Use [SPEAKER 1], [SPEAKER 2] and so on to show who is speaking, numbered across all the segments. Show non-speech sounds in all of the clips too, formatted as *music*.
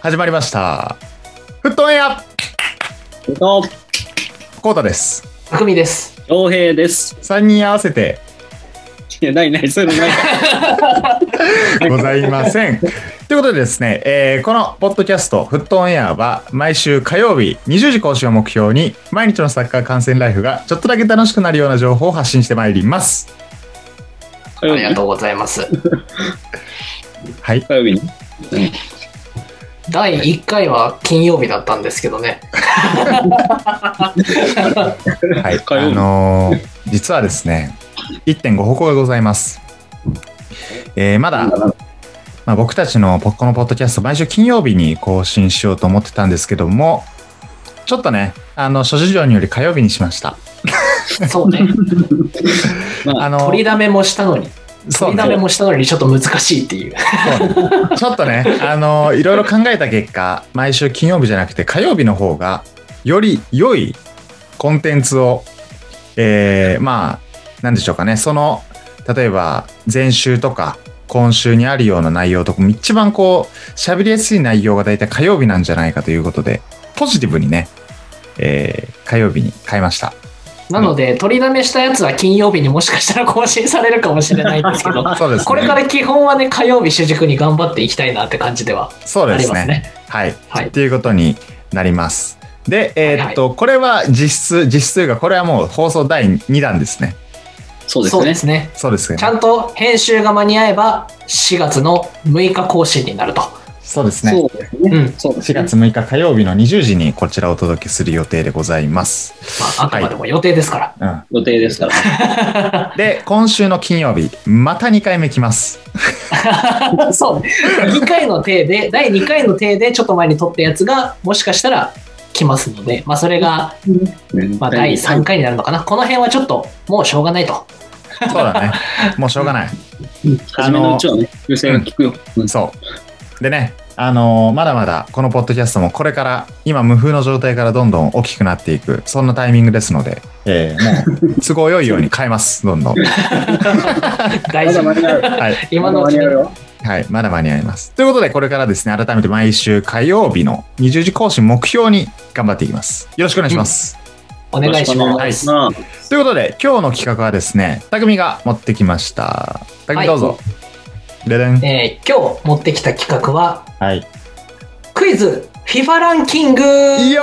[SPEAKER 1] 始まりました。フットオンエア
[SPEAKER 2] えっと、
[SPEAKER 1] コータです。
[SPEAKER 3] たくみです。
[SPEAKER 2] 洋平です。
[SPEAKER 1] 3人合わせて
[SPEAKER 2] いや、ないない、そういうのないか
[SPEAKER 1] ございません。ということでですね、えーこのポッドキャスト、フットオンエアは毎週火曜日20時更新を目標に毎日のサッカー観戦ライフがちょっとだけ楽しくなるような情報を発信してまいります。
[SPEAKER 2] 火
[SPEAKER 3] あ
[SPEAKER 2] 曜
[SPEAKER 3] りが
[SPEAKER 2] 日
[SPEAKER 3] とうございます。
[SPEAKER 1] はい。
[SPEAKER 2] 火曜日に。
[SPEAKER 3] 第1回は金曜日だったんですけどね。
[SPEAKER 1] はい。
[SPEAKER 2] 火曜
[SPEAKER 1] あ
[SPEAKER 2] 日
[SPEAKER 1] のー実はですね、1.5報告がございます。えーまだまあ、僕たちのポこのポッドキャスト毎週金曜日に更新しようと思ってたんですけどもちょっとねあの諸事情により火曜日にしました
[SPEAKER 3] そうね。
[SPEAKER 2] ま
[SPEAKER 1] あ
[SPEAKER 2] あ、
[SPEAKER 1] の
[SPEAKER 3] 取りだめもしたのに、
[SPEAKER 1] そう
[SPEAKER 3] 取り
[SPEAKER 1] ね
[SPEAKER 3] だめもしたのにちょっと難しいっていう。
[SPEAKER 1] そう *laughs* ねちょっとねあのいろいろ考えた結果毎週金曜日じゃなくて火曜日の方がより良いコンテンツをえーまあ何でしょうかねその例えば前週とか今週にあるような内容とか一番こう喋りやすい内容が大体火曜日なんじゃないかということでポジティブにね、えー火曜日に変えました、
[SPEAKER 3] なので、取りだめしたやつは金曜日にもしかしたら更新されるかもしれないんですけど
[SPEAKER 1] そうですね
[SPEAKER 3] これから基本はね、火曜日主軸に頑張っていきたいなって感じでは
[SPEAKER 1] そう
[SPEAKER 3] あ
[SPEAKER 1] で
[SPEAKER 3] り
[SPEAKER 1] す
[SPEAKER 3] ま
[SPEAKER 1] ね
[SPEAKER 3] すね。
[SPEAKER 1] はい。
[SPEAKER 3] はい
[SPEAKER 1] っていうことになります。で、えーっと、
[SPEAKER 3] は
[SPEAKER 1] これは実質、実質というか、これはもう放送第2弾ですね。
[SPEAKER 2] そうです
[SPEAKER 3] そう
[SPEAKER 2] ね
[SPEAKER 3] で。すね。
[SPEAKER 1] そうですね
[SPEAKER 3] ちゃんと編集が間に合えば、4月の6日更新になると。
[SPEAKER 1] そうですね。
[SPEAKER 2] そうですね。
[SPEAKER 3] うん
[SPEAKER 2] そうです
[SPEAKER 1] 4
[SPEAKER 2] ね。
[SPEAKER 1] 月6日火曜日の20時にこちらをお届けする予定でございます。
[SPEAKER 3] まあ、あくまでも予定ですから。
[SPEAKER 1] うん、
[SPEAKER 2] 予定ですから。
[SPEAKER 1] で、今週の金曜日、また2回目来ます。
[SPEAKER 3] *laughs* そうね。2回の体で、第2回の体でちょっと前に撮ったやつが、もしかしたら来ますので、まあそれが、まあ第3回になるのかな。この辺はちょっと、もうしょうがないと。
[SPEAKER 1] そうだ
[SPEAKER 3] *laughs*
[SPEAKER 1] ね。もうしょうがない。
[SPEAKER 2] 初めのうちはね、優勢が効くよ。うん
[SPEAKER 1] そう。でね、あのーまだまだこのポッドキャストもこれから今無風の状態からどんどん大きくなっていくそんなタイミングですので、えーもう都合良いように変えますどんどん、
[SPEAKER 3] *laughs*
[SPEAKER 1] は
[SPEAKER 3] 大
[SPEAKER 2] まだ間
[SPEAKER 3] 丈夫。
[SPEAKER 2] に合う。
[SPEAKER 1] い、
[SPEAKER 3] 今のう
[SPEAKER 2] まだ間
[SPEAKER 3] ち
[SPEAKER 2] に
[SPEAKER 3] に
[SPEAKER 2] 合うよ。
[SPEAKER 1] はい、まだ間に合います。ということで、これからですね、改めて毎週火曜日の20時更新目標に頑張っていきます。よろしくお願いします。
[SPEAKER 3] お願いし
[SPEAKER 2] よろくお
[SPEAKER 3] ま
[SPEAKER 2] 願い
[SPEAKER 3] す。
[SPEAKER 2] します。
[SPEAKER 1] ということで、今日の企画はですね、匠が持ってきました。匠どうぞ。ででん。
[SPEAKER 3] えー今日持ってきた企画は、
[SPEAKER 1] はい。よ
[SPEAKER 3] クイズ FIFA ランキング
[SPEAKER 1] いいよ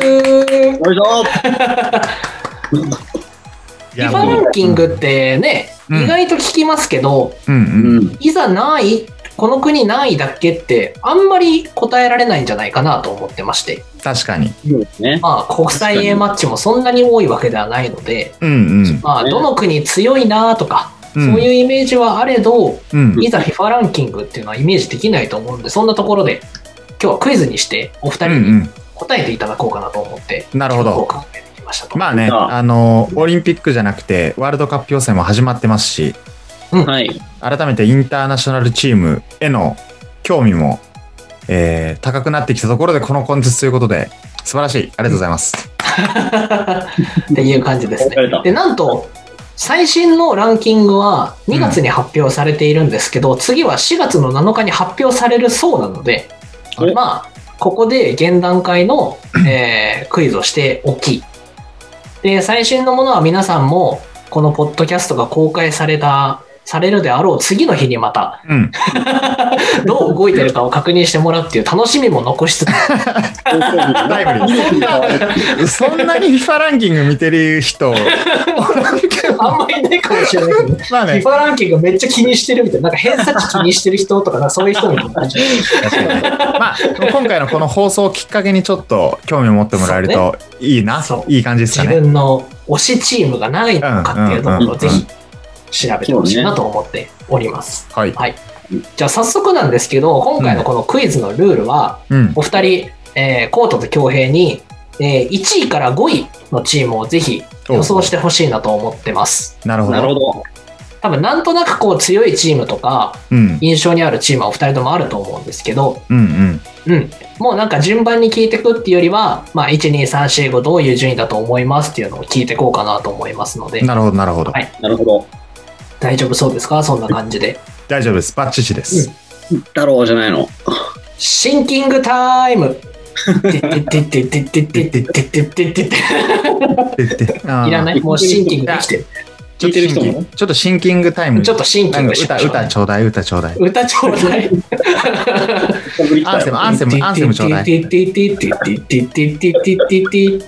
[SPEAKER 2] よいしょ。
[SPEAKER 1] い
[SPEAKER 3] !FIFA ランキングってね、
[SPEAKER 1] うん
[SPEAKER 3] 意外と聞きますけど、
[SPEAKER 1] うんうん。
[SPEAKER 2] うん。
[SPEAKER 3] いざない、この国ないだっけって、あんまり答えられないんじゃないかなと思ってまして。
[SPEAKER 1] 確かに。
[SPEAKER 2] そうですね。
[SPEAKER 3] まあ、国際 A マッチもそんなに多いわけではないので、
[SPEAKER 1] うんうん。
[SPEAKER 3] まあ、
[SPEAKER 2] ね
[SPEAKER 3] どの国強いなとか、
[SPEAKER 1] うん
[SPEAKER 3] そういうイメージはあれど、
[SPEAKER 1] うん。
[SPEAKER 3] いざ FIFA ランキングっていうのはイメージできないと思うんで、そんなところで、今日はクイズにして、お
[SPEAKER 1] う
[SPEAKER 3] 二
[SPEAKER 1] んう
[SPEAKER 3] 人に
[SPEAKER 1] ん。
[SPEAKER 3] 答えていただこうかなと思って、
[SPEAKER 1] なるほ
[SPEAKER 3] こう
[SPEAKER 1] ど。
[SPEAKER 3] 考えてきましたと。
[SPEAKER 1] まあね、
[SPEAKER 2] あ
[SPEAKER 1] あの、オリンピックじゃなくて、ワールドカップ予選も始まってますし、
[SPEAKER 2] はい。
[SPEAKER 1] 改めてインターナショナルチームへの興味も、えー高くなってきたところでこのコンテンツということで素晴らしいありがとうございます、
[SPEAKER 3] *laughs* っていう感じです
[SPEAKER 2] わかれ
[SPEAKER 3] ね
[SPEAKER 2] た。
[SPEAKER 3] で、なんと、最新のランキングは2月に発表されているんですけど、次は4月の7日に発表されるそうなので
[SPEAKER 2] お、
[SPEAKER 3] まあ、ここで現段階
[SPEAKER 2] *clears throat*
[SPEAKER 3] の、えークイズをしておき。で、最新のものは皆さんも、このポッドキャストが公開された、されるであろう次の日にまた、
[SPEAKER 1] うん、
[SPEAKER 3] どう動いてるかを確認してもらうっていう楽しみも
[SPEAKER 2] *laughs*
[SPEAKER 3] 残しつつ、
[SPEAKER 1] タイムリ
[SPEAKER 3] *laughs*
[SPEAKER 1] ーそんなに FIFA ランキング見てる人
[SPEAKER 3] あんまりいないかもしれないけど、
[SPEAKER 1] まあね
[SPEAKER 3] FIFA ランキングめっちゃ気にしてるみたいな、なんか偏差値気にしてる人とかな、そういう人みたいな感じ。
[SPEAKER 1] 確かにねまあ今回のこの放送をきっかけにちょっと興味を持ってもらえるといいな、
[SPEAKER 3] そう
[SPEAKER 1] いい感じです
[SPEAKER 3] 自
[SPEAKER 1] かね
[SPEAKER 3] 分の推しチームがないのかっていうとこ
[SPEAKER 1] うんうん
[SPEAKER 3] ろ
[SPEAKER 1] うん
[SPEAKER 3] をぜひ調べてほしいなと思っております。
[SPEAKER 1] はい、
[SPEAKER 3] じゃあ早速なんですけど、今回のこのクイズのルールは、
[SPEAKER 1] うん、
[SPEAKER 3] お二人、えーコートと恭平に、え1位から5位のチームをぜひ予想してほしいなと思ってます。
[SPEAKER 1] なるほど
[SPEAKER 2] なるほど。
[SPEAKER 3] 多分なんとなくこう強いチームとか
[SPEAKER 1] うん
[SPEAKER 3] 印象にあるチームはお二人ともあると思うんですけど、
[SPEAKER 1] うんうん
[SPEAKER 3] うん、もうなんか順番に聞いてくっていうよりは、まあ、12345どういう順位だと思いますっていうのを聞いていこうかなと思いますので
[SPEAKER 1] なるほどなるほど、
[SPEAKER 3] はい
[SPEAKER 2] なるほど。
[SPEAKER 3] 大丈夫そうですかそんな感じで
[SPEAKER 1] 大丈夫ですバッチシです、
[SPEAKER 2] だろうじゃないの。
[SPEAKER 3] シンキングタイム。てってってってってってってってってってってって
[SPEAKER 1] でであー
[SPEAKER 3] いらない。もうシンキングできてる。
[SPEAKER 2] 聞いてる人も
[SPEAKER 1] ちょっとシンキングタイム。
[SPEAKER 3] ちょっとシンキ
[SPEAKER 1] なん
[SPEAKER 3] ン
[SPEAKER 1] か
[SPEAKER 3] グし
[SPEAKER 1] 歌、
[SPEAKER 3] ましょう
[SPEAKER 1] 歌ちょうだい、歌ちょうだい。
[SPEAKER 3] 歌ちょうだい。
[SPEAKER 1] アンセム、アンセム、アンセムちょうだい。
[SPEAKER 3] てってってってってってってってってってって。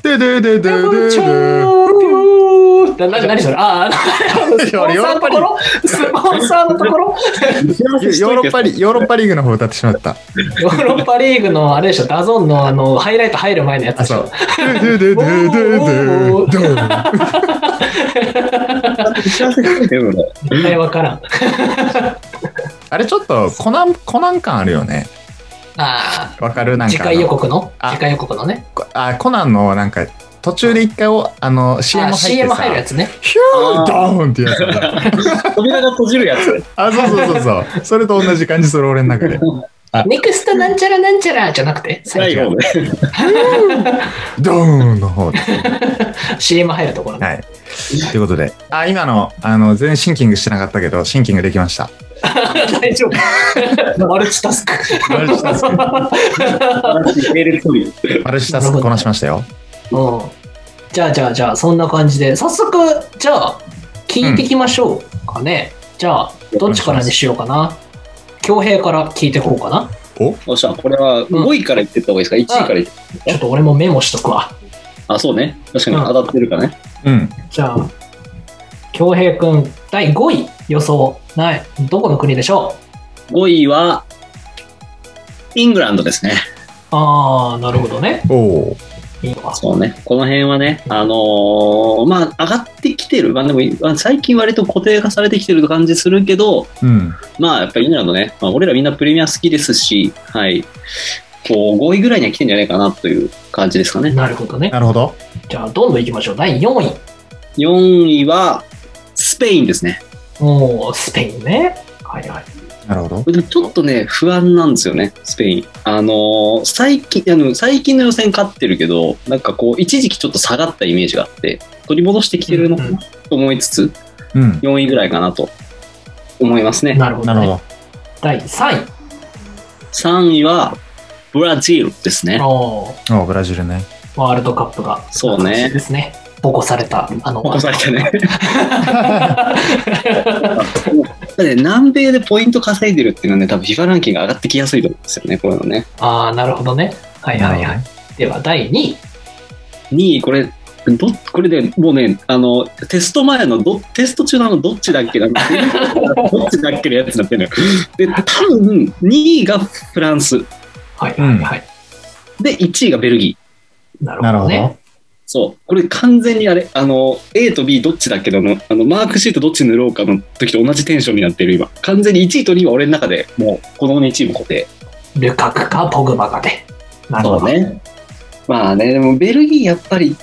[SPEAKER 1] ででででで
[SPEAKER 3] ち
[SPEAKER 1] で。
[SPEAKER 3] ょうだいな何それああ、スポンサーのところスポンサーのとこ
[SPEAKER 1] ヨ
[SPEAKER 3] ろ
[SPEAKER 1] ーロッパリヨーロッパリーグの方歌ってしまった。
[SPEAKER 3] ヨーロッパリーグのあれでしょ、ダゾーンのあのハイライト入る前のやつ
[SPEAKER 1] あ、
[SPEAKER 3] でし
[SPEAKER 1] そう
[SPEAKER 3] ょ。。
[SPEAKER 1] でででででで
[SPEAKER 3] 絶対わからん。
[SPEAKER 1] あれちょっとコナンコナン感あるよね。
[SPEAKER 3] あ
[SPEAKER 1] わかる
[SPEAKER 3] あ、
[SPEAKER 1] なんか
[SPEAKER 3] 次回予告の
[SPEAKER 1] あ
[SPEAKER 3] 次回予告のね。
[SPEAKER 1] こあコナンのなんか途中で一回おあの CM 入
[SPEAKER 3] あ
[SPEAKER 1] って
[SPEAKER 3] CM
[SPEAKER 1] さ
[SPEAKER 3] 入るやつね。
[SPEAKER 1] ヒュードーンってやつあ
[SPEAKER 2] 扉が閉じるやつ。
[SPEAKER 1] そうそうそうそうそれと同じ感じする俺の
[SPEAKER 3] *laughs*
[SPEAKER 1] 中で
[SPEAKER 3] ネクストなんちゃらなんちゃらじゃなくて、
[SPEAKER 2] 最後ね。
[SPEAKER 1] ドーンの方で
[SPEAKER 3] CM 入るところね。
[SPEAKER 1] はいということであ今のあの全然シンキングしてなかったけどシンキングできました
[SPEAKER 3] *laughs* 大丈夫。
[SPEAKER 1] *laughs*
[SPEAKER 3] マルチタスク。
[SPEAKER 1] マルチタスク
[SPEAKER 2] 私、メール取るよ。
[SPEAKER 1] マルチタスクこなしましたよ
[SPEAKER 3] うん。じゃあじゃあじゃあ、そんな感じで、早速、じゃあ、聞いてきましょうかね。じゃあ、どっちからにしようかな。恭平から聞いてこうかな。
[SPEAKER 1] お
[SPEAKER 2] おっしゃ、これは5位から言ってった方がいいですか ?1 位から言って。
[SPEAKER 3] ちょっと俺もメモしとくわ。
[SPEAKER 2] あ、そうね。確かに当たってるかね。
[SPEAKER 1] うん
[SPEAKER 3] じゃあ、恭平くん、第5位予想。ない。どこの国でしょう
[SPEAKER 2] 5位は、イングランドですね。
[SPEAKER 3] あー、なるほどね。
[SPEAKER 1] おお
[SPEAKER 3] いいのか。
[SPEAKER 2] そうね。この辺はね、あのーまあ、上がってきてる。まあ、でも、まあ最近割と固定化されてきてる感じするけど、
[SPEAKER 1] うん
[SPEAKER 2] まあ、やっぱりイングランドね、まあ、俺らみんなプレミア好きですし、はい。こう、5位ぐらいには来てんじゃないかなという感じですかね。
[SPEAKER 3] なるほどね。
[SPEAKER 1] なるほど
[SPEAKER 3] じゃあ、どんどん行きましょう。第4位。
[SPEAKER 2] 4位は、スペインですね。
[SPEAKER 3] もう、スペインね。はいはい。
[SPEAKER 1] なるほど
[SPEAKER 2] これでもちょっとね、不安なんですよね、スペイン。あのー最近、あの、最近の予選勝ってるけど、なんかこう、一時期ちょっと下がったイメージがあって、取り戻してきてるのか
[SPEAKER 3] うんう
[SPEAKER 2] なと思いつつ、
[SPEAKER 1] うん
[SPEAKER 2] 4位ぐらいかなと思いますね。
[SPEAKER 3] なるほど、
[SPEAKER 1] な
[SPEAKER 3] ね。
[SPEAKER 1] るほど
[SPEAKER 3] 第3
[SPEAKER 2] 3位は、ブラジルです
[SPEAKER 3] 位。
[SPEAKER 2] ね。
[SPEAKER 3] おー
[SPEAKER 1] おブラジルね
[SPEAKER 3] ワールドカップが。
[SPEAKER 2] そうね
[SPEAKER 3] ですね。ボコされた。あの、
[SPEAKER 2] 起こされた
[SPEAKER 3] *laughs*
[SPEAKER 2] ね。 *laughs* だってね南米でポイント稼いでるっていうのはね、多分 FIFA ランキングが上がってきやすいと思うんですよね、こういうのね。
[SPEAKER 3] あー、なるほどね。はいはい
[SPEAKER 1] な
[SPEAKER 3] は
[SPEAKER 1] る
[SPEAKER 3] い。では、第2位。
[SPEAKER 2] 2位、これ、どこれでもうね、あの、テスト前のど、テスト中のあの、どっちだっけな、 *laughs* どっちだっけのやつになってるのよ。で、多分、2位がフランス。
[SPEAKER 3] はいはいはい。
[SPEAKER 2] で、1位がベルギー。
[SPEAKER 3] なる
[SPEAKER 1] なる
[SPEAKER 3] ほ
[SPEAKER 1] ほ
[SPEAKER 3] どね。
[SPEAKER 1] ど
[SPEAKER 2] そう。これ完全にあれ、あの、A と B どっちだっけどの、あの、マークシートどっち塗ろうかの時と同じテンションになってる今。完全に1位と2位は俺の中でもう、この2チーム固定。
[SPEAKER 3] ルカクかポグバかで。なるほ
[SPEAKER 2] そう
[SPEAKER 3] ど。
[SPEAKER 2] ね。まあね、でもベルギーやっぱり、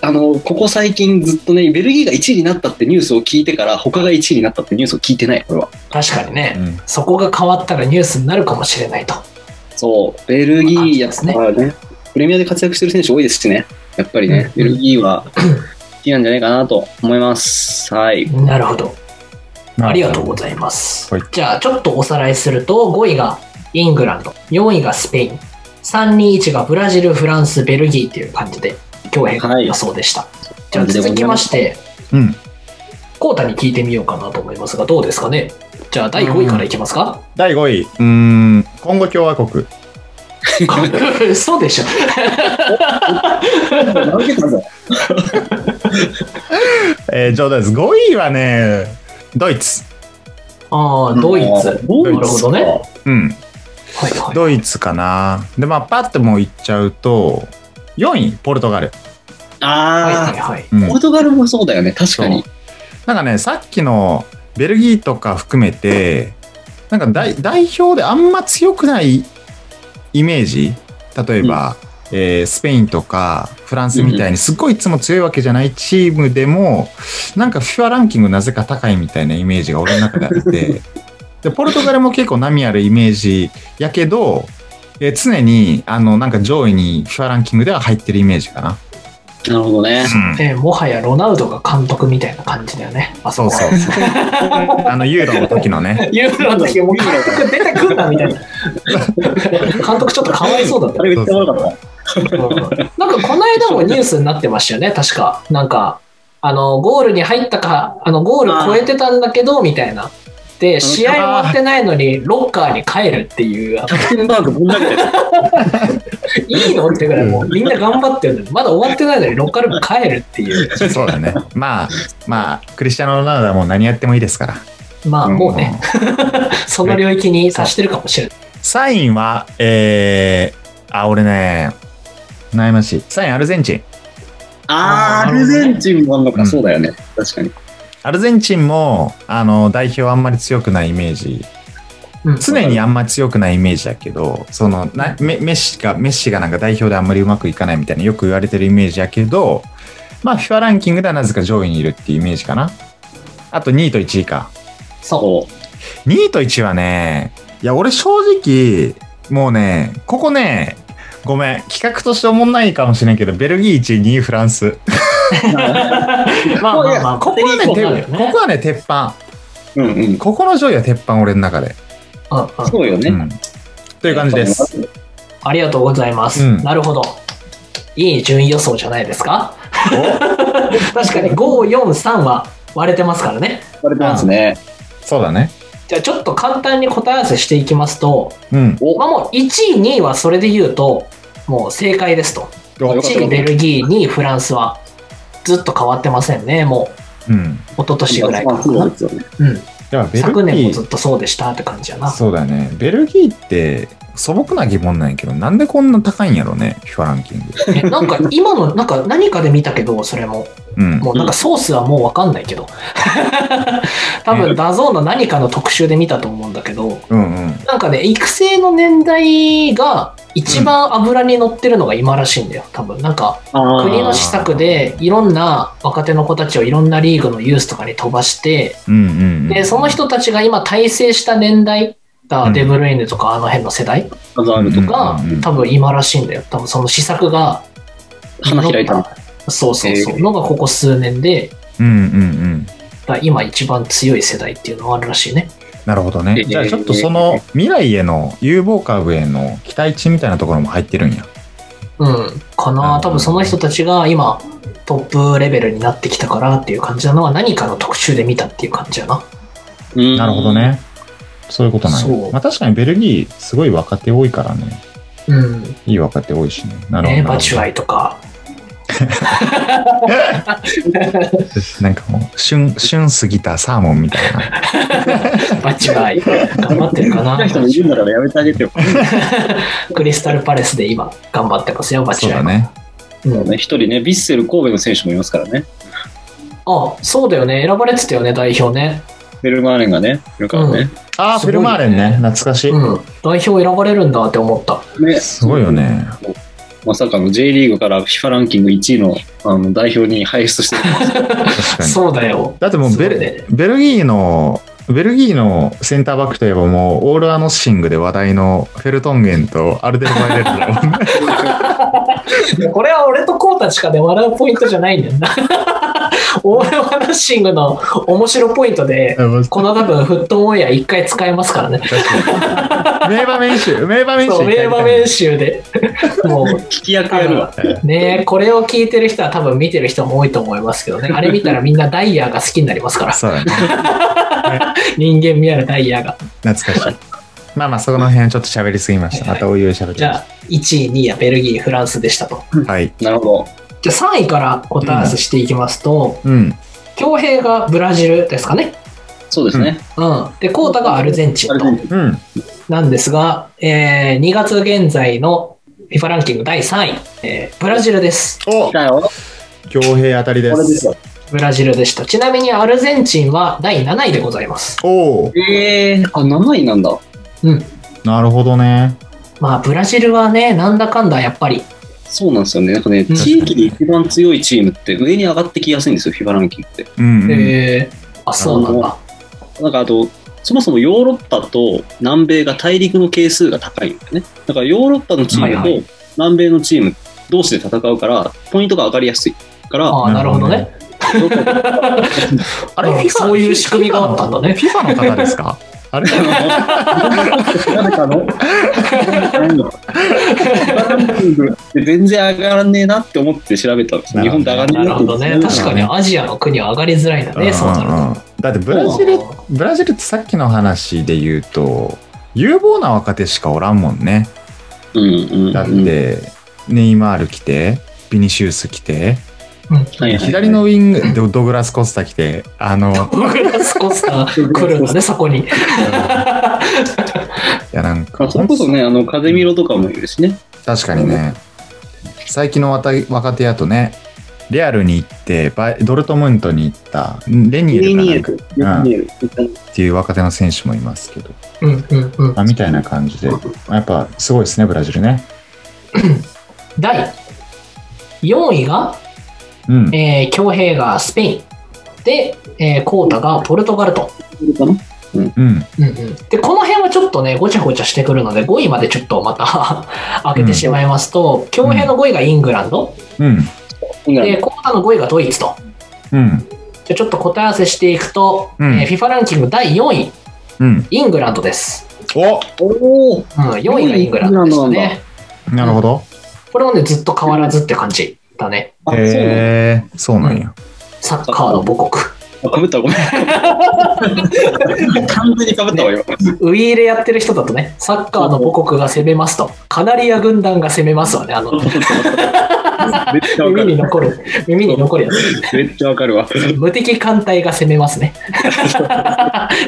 [SPEAKER 2] あの、ここ最近ずっとね、ベルギーが1位になったってニュースを聞いてから、他が1位になったってニュースを聞いてない、これは。
[SPEAKER 3] 確かにね。
[SPEAKER 1] うん
[SPEAKER 3] そこが変わったらニュースになるかもしれないと。
[SPEAKER 2] そう、ベルギーやっ
[SPEAKER 3] そう
[SPEAKER 2] ぱね、プレミアで活躍してる選手多いですしね、やっぱりね、
[SPEAKER 3] うん
[SPEAKER 2] ベルギーは好きなんじゃないかなと思います。はい。
[SPEAKER 3] なるほど。ありがとうご
[SPEAKER 1] い
[SPEAKER 3] ざいます。
[SPEAKER 1] はい
[SPEAKER 3] じゃあ、ちょっとおさらいすると、5位がイングランド、4位がスペイン、3、2、1がブラジル、フランス、ベルギーっていう感じで、今日
[SPEAKER 2] はい
[SPEAKER 3] 予想でした。じゃあ、続きまして、
[SPEAKER 1] ますうん
[SPEAKER 3] コータに聞いてみようかなと思いますが、どうですかねじゃあ、第5位からいきま
[SPEAKER 1] *laughs*
[SPEAKER 3] すか、
[SPEAKER 1] 第5位うーんコンゴ共和国
[SPEAKER 3] そうでしょ。
[SPEAKER 2] 負けたぞ。
[SPEAKER 1] えー、冗談です5位はねドイツ
[SPEAKER 3] ああ、ドイツ。
[SPEAKER 2] ドイツ
[SPEAKER 3] なるほどね。は
[SPEAKER 1] うん
[SPEAKER 3] いはい。
[SPEAKER 1] ドイツかなでまあパッともういっちゃうと4位ポルトガル、
[SPEAKER 3] はいは
[SPEAKER 2] あ
[SPEAKER 3] いはい。
[SPEAKER 1] うん
[SPEAKER 2] あ、ポルトガルもそうだよね、確かに。
[SPEAKER 1] なんかねさっきのベルギーとか含めてなんか代代表であんま強くないイメージ例えば、えースペインとかフランスみたいにすっごいいつも強いわけじゃないチームでもなんか FIFA ランキングなぜか高いみたいなイメージが俺の中であってでポルトガルも結構波あるイメージやけど、えー常にあのなんか上位に FIFA ランキングでは入ってるイメージかな。
[SPEAKER 2] なるほどね。
[SPEAKER 1] うん
[SPEAKER 3] えーもはやロナウドが監督みたいな感じだよね。あ
[SPEAKER 1] そうそうそうあのユーロの時のね
[SPEAKER 3] ユーロの時もう監督出てくんなみたいな。監督ちょっとかわいそうだった
[SPEAKER 2] あれめっちゃ悪かった。
[SPEAKER 3] なんかこの間もニュースになってましたよね、確か。なんか、あの、ゴールに入ったか、あの、ゴール超えてたんだけど、みたいな。で、試合終わってないのに、ロッカーに帰るっていう、あ
[SPEAKER 2] キャプテンバーグぶん投げてた。
[SPEAKER 3] のいいのってぐらい、もうみんな頑張ってるのに、まだ終わってないのに、ロッカールーム帰るっていう。
[SPEAKER 1] そうだねまあまあクリスチャーノ・ロナウドはもう何やってもいいですから
[SPEAKER 3] まあ、もうね、その領域に達してるかもしれない。
[SPEAKER 1] サインはえー、あ俺ね悩ましいサインアルゼンチン
[SPEAKER 2] あー、アルゼンチンもあんのか、
[SPEAKER 1] うん
[SPEAKER 2] そうだよね。確かに。
[SPEAKER 1] アルゼンチンもあの代表あんまり強くないイメージ
[SPEAKER 3] うん
[SPEAKER 1] 常にあんま強くないイメージだけどそのなメメッシがメッシがなんか代表であんまりうまくいかないみたいなよく言われてるイメージやけどまあ FIFA ランキングではなぜか上位にいるっていうイメージかなあと2位と1位か
[SPEAKER 3] そ
[SPEAKER 2] こ
[SPEAKER 1] 2位と1位はねいや俺正直もうねここねごめん企画としておもんないかもしれんけどベルギー1位2位フランス
[SPEAKER 2] う。
[SPEAKER 3] う。まあまあまあ、こ
[SPEAKER 1] ここはね
[SPEAKER 3] こ
[SPEAKER 1] て
[SPEAKER 3] なんだよ
[SPEAKER 1] こ
[SPEAKER 3] ね
[SPEAKER 1] こ。はね鉄板
[SPEAKER 2] うんうん。
[SPEAKER 1] ここの上位は鉄板俺の中で、
[SPEAKER 3] うんうん
[SPEAKER 2] そうよ
[SPEAKER 1] う
[SPEAKER 2] ね。
[SPEAKER 1] ん、という感じです。
[SPEAKER 3] ありがとうございます。
[SPEAKER 1] うん
[SPEAKER 3] なるほど。いい順位予想じゃないですか。
[SPEAKER 1] お
[SPEAKER 3] *laughs* 確かに5、4、3は割れてますからね。
[SPEAKER 2] 言われてますね。
[SPEAKER 1] そうだね
[SPEAKER 3] じゃあちょっと簡単に答え合わせしていきますと、
[SPEAKER 1] うん
[SPEAKER 2] お
[SPEAKER 3] まあ、もう1位、2位はそれで言うと、もう正解ですと。
[SPEAKER 2] あよかった
[SPEAKER 3] 1位ベルギー、2位フランスはずっと変わってませんね、もう
[SPEAKER 1] うん
[SPEAKER 3] 一昨年ぐらいか
[SPEAKER 2] まあそうな
[SPEAKER 3] ら
[SPEAKER 2] んですよね。
[SPEAKER 3] うん、
[SPEAKER 1] やっぱベルギー
[SPEAKER 3] 昨年もずっとそうでしたって感じやな。
[SPEAKER 1] そうだよね。ベルギーって素朴な疑問なんやけど、なんでこんな高いんやろね、FIFA ランキング。
[SPEAKER 3] えなんか今の、なんか何かで見たけど、それも。
[SPEAKER 1] うん。
[SPEAKER 3] もうなんかソースはもうわかんないけど。
[SPEAKER 2] *laughs*
[SPEAKER 3] 多分ダゾーンの何かの特集で見たと思うんだけど、
[SPEAKER 1] うんうん。
[SPEAKER 3] なんかね、育成の年代が一番油に乗ってるのが今らしいんだよ、多分。なんか、
[SPEAKER 2] あー
[SPEAKER 3] 国の施策でいろんな若手の子たちをいろんなリーグのユースとかに飛ばして、
[SPEAKER 1] うんうんうん。
[SPEAKER 3] で、その人たちが今体制した年代
[SPEAKER 1] う
[SPEAKER 3] が
[SPEAKER 1] ん
[SPEAKER 3] デブルイネとかあの辺の世代
[SPEAKER 2] ハザールとか
[SPEAKER 3] が
[SPEAKER 1] うんうんうん
[SPEAKER 3] 多分今らしいんだよ。多分その施策が。
[SPEAKER 2] 花開いたの。
[SPEAKER 3] そうそうそ
[SPEAKER 2] へ
[SPEAKER 3] う。のがここ数年で、
[SPEAKER 1] うんうんうん。
[SPEAKER 3] だから今一番強い世代っていうのがあるらしいね。
[SPEAKER 1] なるほどね。
[SPEAKER 2] えー
[SPEAKER 1] じゃあちょっとその未来への有望株への期待値みたいなところも入ってるんや。
[SPEAKER 3] うん。か
[SPEAKER 1] う
[SPEAKER 3] なん多分その人たちが今トップレベルになってきたからっていう感じなのは何かの特集で見たっていう感じやな。
[SPEAKER 2] うん
[SPEAKER 1] なるほど。ね。そういうことなん
[SPEAKER 3] そ
[SPEAKER 1] や。
[SPEAKER 3] う
[SPEAKER 1] まあ確かにベルギーすごい若手多いからね。
[SPEAKER 3] うん。
[SPEAKER 1] いい若手多いしね。なるほど
[SPEAKER 3] ね、
[SPEAKER 1] な
[SPEAKER 3] バ
[SPEAKER 1] る
[SPEAKER 3] チ
[SPEAKER 1] ほ
[SPEAKER 3] ュアイとか。 *laughs*
[SPEAKER 1] ど。なんかもう、旬、旬過ぎたサーモンみたいな。
[SPEAKER 3] バチュアイ。頑張ってる
[SPEAKER 2] *laughs*
[SPEAKER 3] か
[SPEAKER 2] 好きな
[SPEAKER 3] な。
[SPEAKER 2] 人もいるんだからやめてあげてよ。
[SPEAKER 3] クリスタルパレスで今頑張ってますよ、バ
[SPEAKER 1] そ
[SPEAKER 3] チ
[SPEAKER 1] う
[SPEAKER 3] ュ
[SPEAKER 1] だ
[SPEAKER 3] アイ。 *laughs*
[SPEAKER 1] ね。
[SPEAKER 3] うん
[SPEAKER 2] ね一人ね、ヴィッセル神戸の選手もいますからね。
[SPEAKER 3] あ、そうだよね。選ばれてたよね、代表ね。
[SPEAKER 2] ベルマーレンがね、いるからね。
[SPEAKER 1] ああ、
[SPEAKER 3] す
[SPEAKER 1] フ
[SPEAKER 3] ご
[SPEAKER 1] ェ
[SPEAKER 3] いよ
[SPEAKER 1] ル
[SPEAKER 3] ね
[SPEAKER 1] マーレンね。懐かしい。
[SPEAKER 3] うん。代表選ばれるんだって思った。
[SPEAKER 2] ね
[SPEAKER 1] すごいよ。ね。
[SPEAKER 2] まさかの J リーグから FIFA ランキング1位のあの代表に輩出してる。
[SPEAKER 1] 確かに。
[SPEAKER 3] そうだよ。
[SPEAKER 1] だってもうベル
[SPEAKER 3] そうね
[SPEAKER 1] ベルギーのベルギーのセンターバックといえばもうオールアノッシングで話題のフェルトンゲンとアルデルバイレルだもんね
[SPEAKER 3] *laughs* これは俺とコウタしかね、笑うポイントじゃないんだよな。 *laughs* オールワナッシングの面白ポイントで、この多分、フットオンエア一回使えますからね。
[SPEAKER 1] 名場面集名場面集
[SPEAKER 3] そう、名場面
[SPEAKER 1] 集
[SPEAKER 3] 集で。もう、
[SPEAKER 2] 聞き役やるわ。
[SPEAKER 3] ねこれを聞いてる人は多分見てる人も多いと思いますけどね。あれ見たらみんなダイヤが好きになりますから。
[SPEAKER 1] そうだね
[SPEAKER 3] 人間味あるダイヤが。
[SPEAKER 1] 懐かしいまあまあそこの辺ちょっと喋りすぎましたまたおいおい喋り
[SPEAKER 3] じゃ
[SPEAKER 1] ま
[SPEAKER 3] あ、1位、2位はベルギー、フランスでしたと。
[SPEAKER 1] したはい
[SPEAKER 2] なるほ
[SPEAKER 3] じゃあ3位から答え合わせしていきますと、
[SPEAKER 1] うん
[SPEAKER 3] 恭、平がブラジルですかね。
[SPEAKER 2] ど。そうですね。
[SPEAKER 3] うん。で、コウタがアルゼンチ
[SPEAKER 2] ア
[SPEAKER 3] ン
[SPEAKER 2] ル
[SPEAKER 3] と
[SPEAKER 2] ゼンチン
[SPEAKER 1] うん
[SPEAKER 3] なんですが、えー2月現在の FIFA ランキング第3位、えーブラジルです。
[SPEAKER 1] お
[SPEAKER 2] 来たよ。こ
[SPEAKER 1] 強兵当たりで
[SPEAKER 2] れですすよ。
[SPEAKER 3] ブラジルでした。ちなみにアルゼンチンは第7位でございます。
[SPEAKER 1] おお
[SPEAKER 2] えー、あ、7位なんだ。
[SPEAKER 3] うん。
[SPEAKER 1] なるほどね
[SPEAKER 3] まあ、ブラジルはね、なんだかんだやっぱり、
[SPEAKER 2] そうなんですよね。なんかね、
[SPEAKER 3] うん
[SPEAKER 2] 地域で一番強いチームって上に上がってきやすいんですよ、FIFA ランキングって。
[SPEAKER 1] うんうん
[SPEAKER 3] えーあ、そうなんだ。
[SPEAKER 2] なんかあと、そもそもヨーロッパと南米が大陸の係数が高いんですね。だからヨーロッパのチーム
[SPEAKER 3] はいは
[SPEAKER 2] と南米のチーム同士で戦うから、ポイントが上がりやすいから、
[SPEAKER 3] ああ、なるほどね。
[SPEAKER 2] どこか
[SPEAKER 1] あ
[SPEAKER 3] うん
[SPEAKER 1] れ
[SPEAKER 3] そういう仕組みがあったんだね
[SPEAKER 1] FIFA の方ですかあれ
[SPEAKER 2] 誰かの何のランキングで全然上がらねえなって思って調べたんですよ日本で上がんねえ
[SPEAKER 3] なるほどね。
[SPEAKER 2] なって
[SPEAKER 3] 確かにアジアの国は上がりづらいんだ *laughs* ね、そうなる
[SPEAKER 1] んんだってブラジル
[SPEAKER 3] と。
[SPEAKER 1] ブラジルってさっきの話で言うと有望な若手しかおらんもんね
[SPEAKER 2] うんうん
[SPEAKER 1] だってネイマール来てビニシウス来て
[SPEAKER 2] はいはい
[SPEAKER 1] 左のウィングドドグラス・コスタ来てあのい
[SPEAKER 3] ドグラスコスター来るんだね、そこに。
[SPEAKER 1] やなんか
[SPEAKER 2] まあ、それこそね、あの、風見ろとかもいるしね。
[SPEAKER 1] 確かにね最近の若若手やとねレアルに行ってバイドルトムントに行ったレニエルかなんか
[SPEAKER 2] 見える
[SPEAKER 1] っていう若手の選手もいますけど、
[SPEAKER 3] うんうんうん。
[SPEAKER 1] まあ、みたいな感じでやっぱすごいですねブラジルね
[SPEAKER 3] 第4位が、
[SPEAKER 1] うん
[SPEAKER 3] えー、京平がスペイン。で、えー、コータがポルトガルと。
[SPEAKER 2] かな
[SPEAKER 1] うん
[SPEAKER 3] うんうん、で、この辺はちょっとね、ごちゃごちゃしてくるので、5位までちょっとまた *laughs* 開けてしまいますと、京平の5位がイングランド、
[SPEAKER 1] うん
[SPEAKER 2] イングラン
[SPEAKER 3] で、コータの5位がドイツと。
[SPEAKER 1] うん
[SPEAKER 3] じゃあちょっと答え合わせしていくと、
[SPEAKER 1] うん
[SPEAKER 3] えー FIFA ランキング第4位、
[SPEAKER 1] うん
[SPEAKER 3] イングランドです。
[SPEAKER 1] お
[SPEAKER 2] ドおお
[SPEAKER 3] うん、4位がイングランドでしたね。
[SPEAKER 1] なるほど
[SPEAKER 3] これもね、ずっと変わらずって感じだね。
[SPEAKER 2] あ、そうなんだ。
[SPEAKER 1] へえそうなんや
[SPEAKER 3] サッカーの母国。
[SPEAKER 2] あかぶった、ごめ *laughs* ん。完全にかぶったわ、今。
[SPEAKER 3] ウイイレやってる人だとね、サッカーの母国が攻めますと、カナリア軍団が攻めますわね、あの、
[SPEAKER 2] めっちゃわか
[SPEAKER 3] 耳に
[SPEAKER 2] る。
[SPEAKER 3] 残る、耳に残るやつ。
[SPEAKER 2] めっちゃわかる *laughs* わ。
[SPEAKER 3] 無敵艦隊が攻めます
[SPEAKER 1] *laughs*
[SPEAKER 3] ね。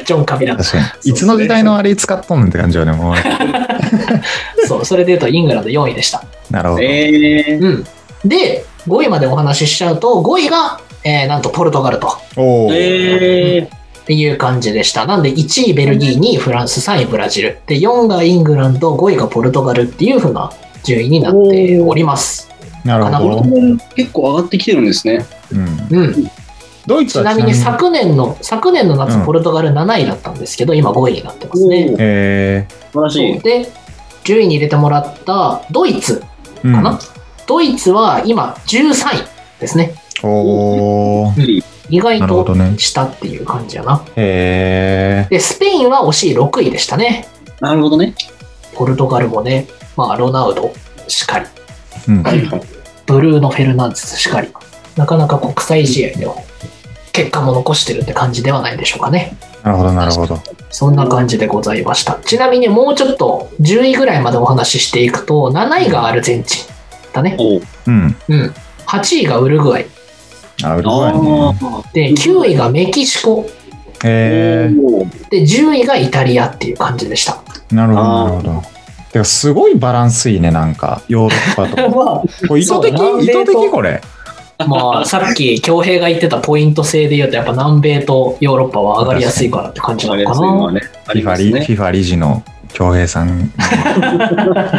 [SPEAKER 3] ジョン・カビラ。
[SPEAKER 1] 確かにいつの時代のあれ使っとんねんって感じよねもう
[SPEAKER 3] そう、それで言うとイングランド4位でした。
[SPEAKER 1] なるほど
[SPEAKER 2] えー。
[SPEAKER 3] うん。で、5位までお話ししちゃうと、5位が、えーなんとポルトガルと
[SPEAKER 1] おお
[SPEAKER 2] えー。
[SPEAKER 3] っていう感じでした。なんで1位ベルギー、2位フランス、3位ブラジル。で、4位がイングランド、5位がポルトガルっていう風な順位になっております。
[SPEAKER 1] なるほど
[SPEAKER 3] かな
[SPEAKER 2] 結構上がってきてるんですね。
[SPEAKER 1] うん
[SPEAKER 3] うん。
[SPEAKER 1] ドイツ
[SPEAKER 3] ち
[SPEAKER 1] は
[SPEAKER 3] なみに昨年の、昨年の夏、
[SPEAKER 1] うん
[SPEAKER 3] ポルトガル7位だったんですけど、今5位になってますね。
[SPEAKER 1] え
[SPEAKER 2] 素晴らし
[SPEAKER 3] そう
[SPEAKER 2] い。
[SPEAKER 3] で、10位に入れてもらったドイツ
[SPEAKER 1] ーうん
[SPEAKER 3] かな、ドイツは今13位ですね。
[SPEAKER 1] おお
[SPEAKER 3] 意外
[SPEAKER 1] なるほ
[SPEAKER 3] と
[SPEAKER 1] どね
[SPEAKER 3] 下っていう感じやな。
[SPEAKER 1] へえ
[SPEAKER 3] で、スペインは惜しい6位でしたね。
[SPEAKER 2] なるほどね。
[SPEAKER 3] ポルトガルもね、まあ、ロナウドしかり、
[SPEAKER 1] うん
[SPEAKER 2] はいはい。
[SPEAKER 3] ブルーノ・フェルナンデスしかり、なかなか国際試合では結果も残してるって感じではないでしょうかね。
[SPEAKER 1] なるほどなるほど
[SPEAKER 3] そんな感じでございました。ちなみにもうちょっと10位ぐらいまでお話ししていくと、7位がアルゼンチンだね。
[SPEAKER 2] おう
[SPEAKER 1] うん
[SPEAKER 3] うん。8位がウルグアイ。
[SPEAKER 1] あウルグアイ
[SPEAKER 2] あ
[SPEAKER 1] ね
[SPEAKER 2] ー
[SPEAKER 3] で、9位がメキシコ。
[SPEAKER 1] へえ
[SPEAKER 2] おう
[SPEAKER 3] で、10位がイタリアっていう感じで *laughs* した。
[SPEAKER 1] なるほど
[SPEAKER 2] あ
[SPEAKER 1] な
[SPEAKER 2] ー
[SPEAKER 1] るほどてかすごいバランスいいねなんかヨーロッパと
[SPEAKER 2] *laughs*
[SPEAKER 1] かこれ意図的
[SPEAKER 3] そう
[SPEAKER 1] 意図
[SPEAKER 3] 南米
[SPEAKER 1] 的
[SPEAKER 3] と
[SPEAKER 1] これ
[SPEAKER 3] まあ、さっき恭平が言ってたポイント制で言うと、やっぱ南米とヨーロッパは上がりやすいからって感じなの
[SPEAKER 2] や
[SPEAKER 3] か
[SPEAKER 2] すいのはね。あり
[SPEAKER 1] FIFA
[SPEAKER 2] ます
[SPEAKER 1] リ
[SPEAKER 2] ね。
[SPEAKER 1] FIFA 理事の恭平さん
[SPEAKER 3] な。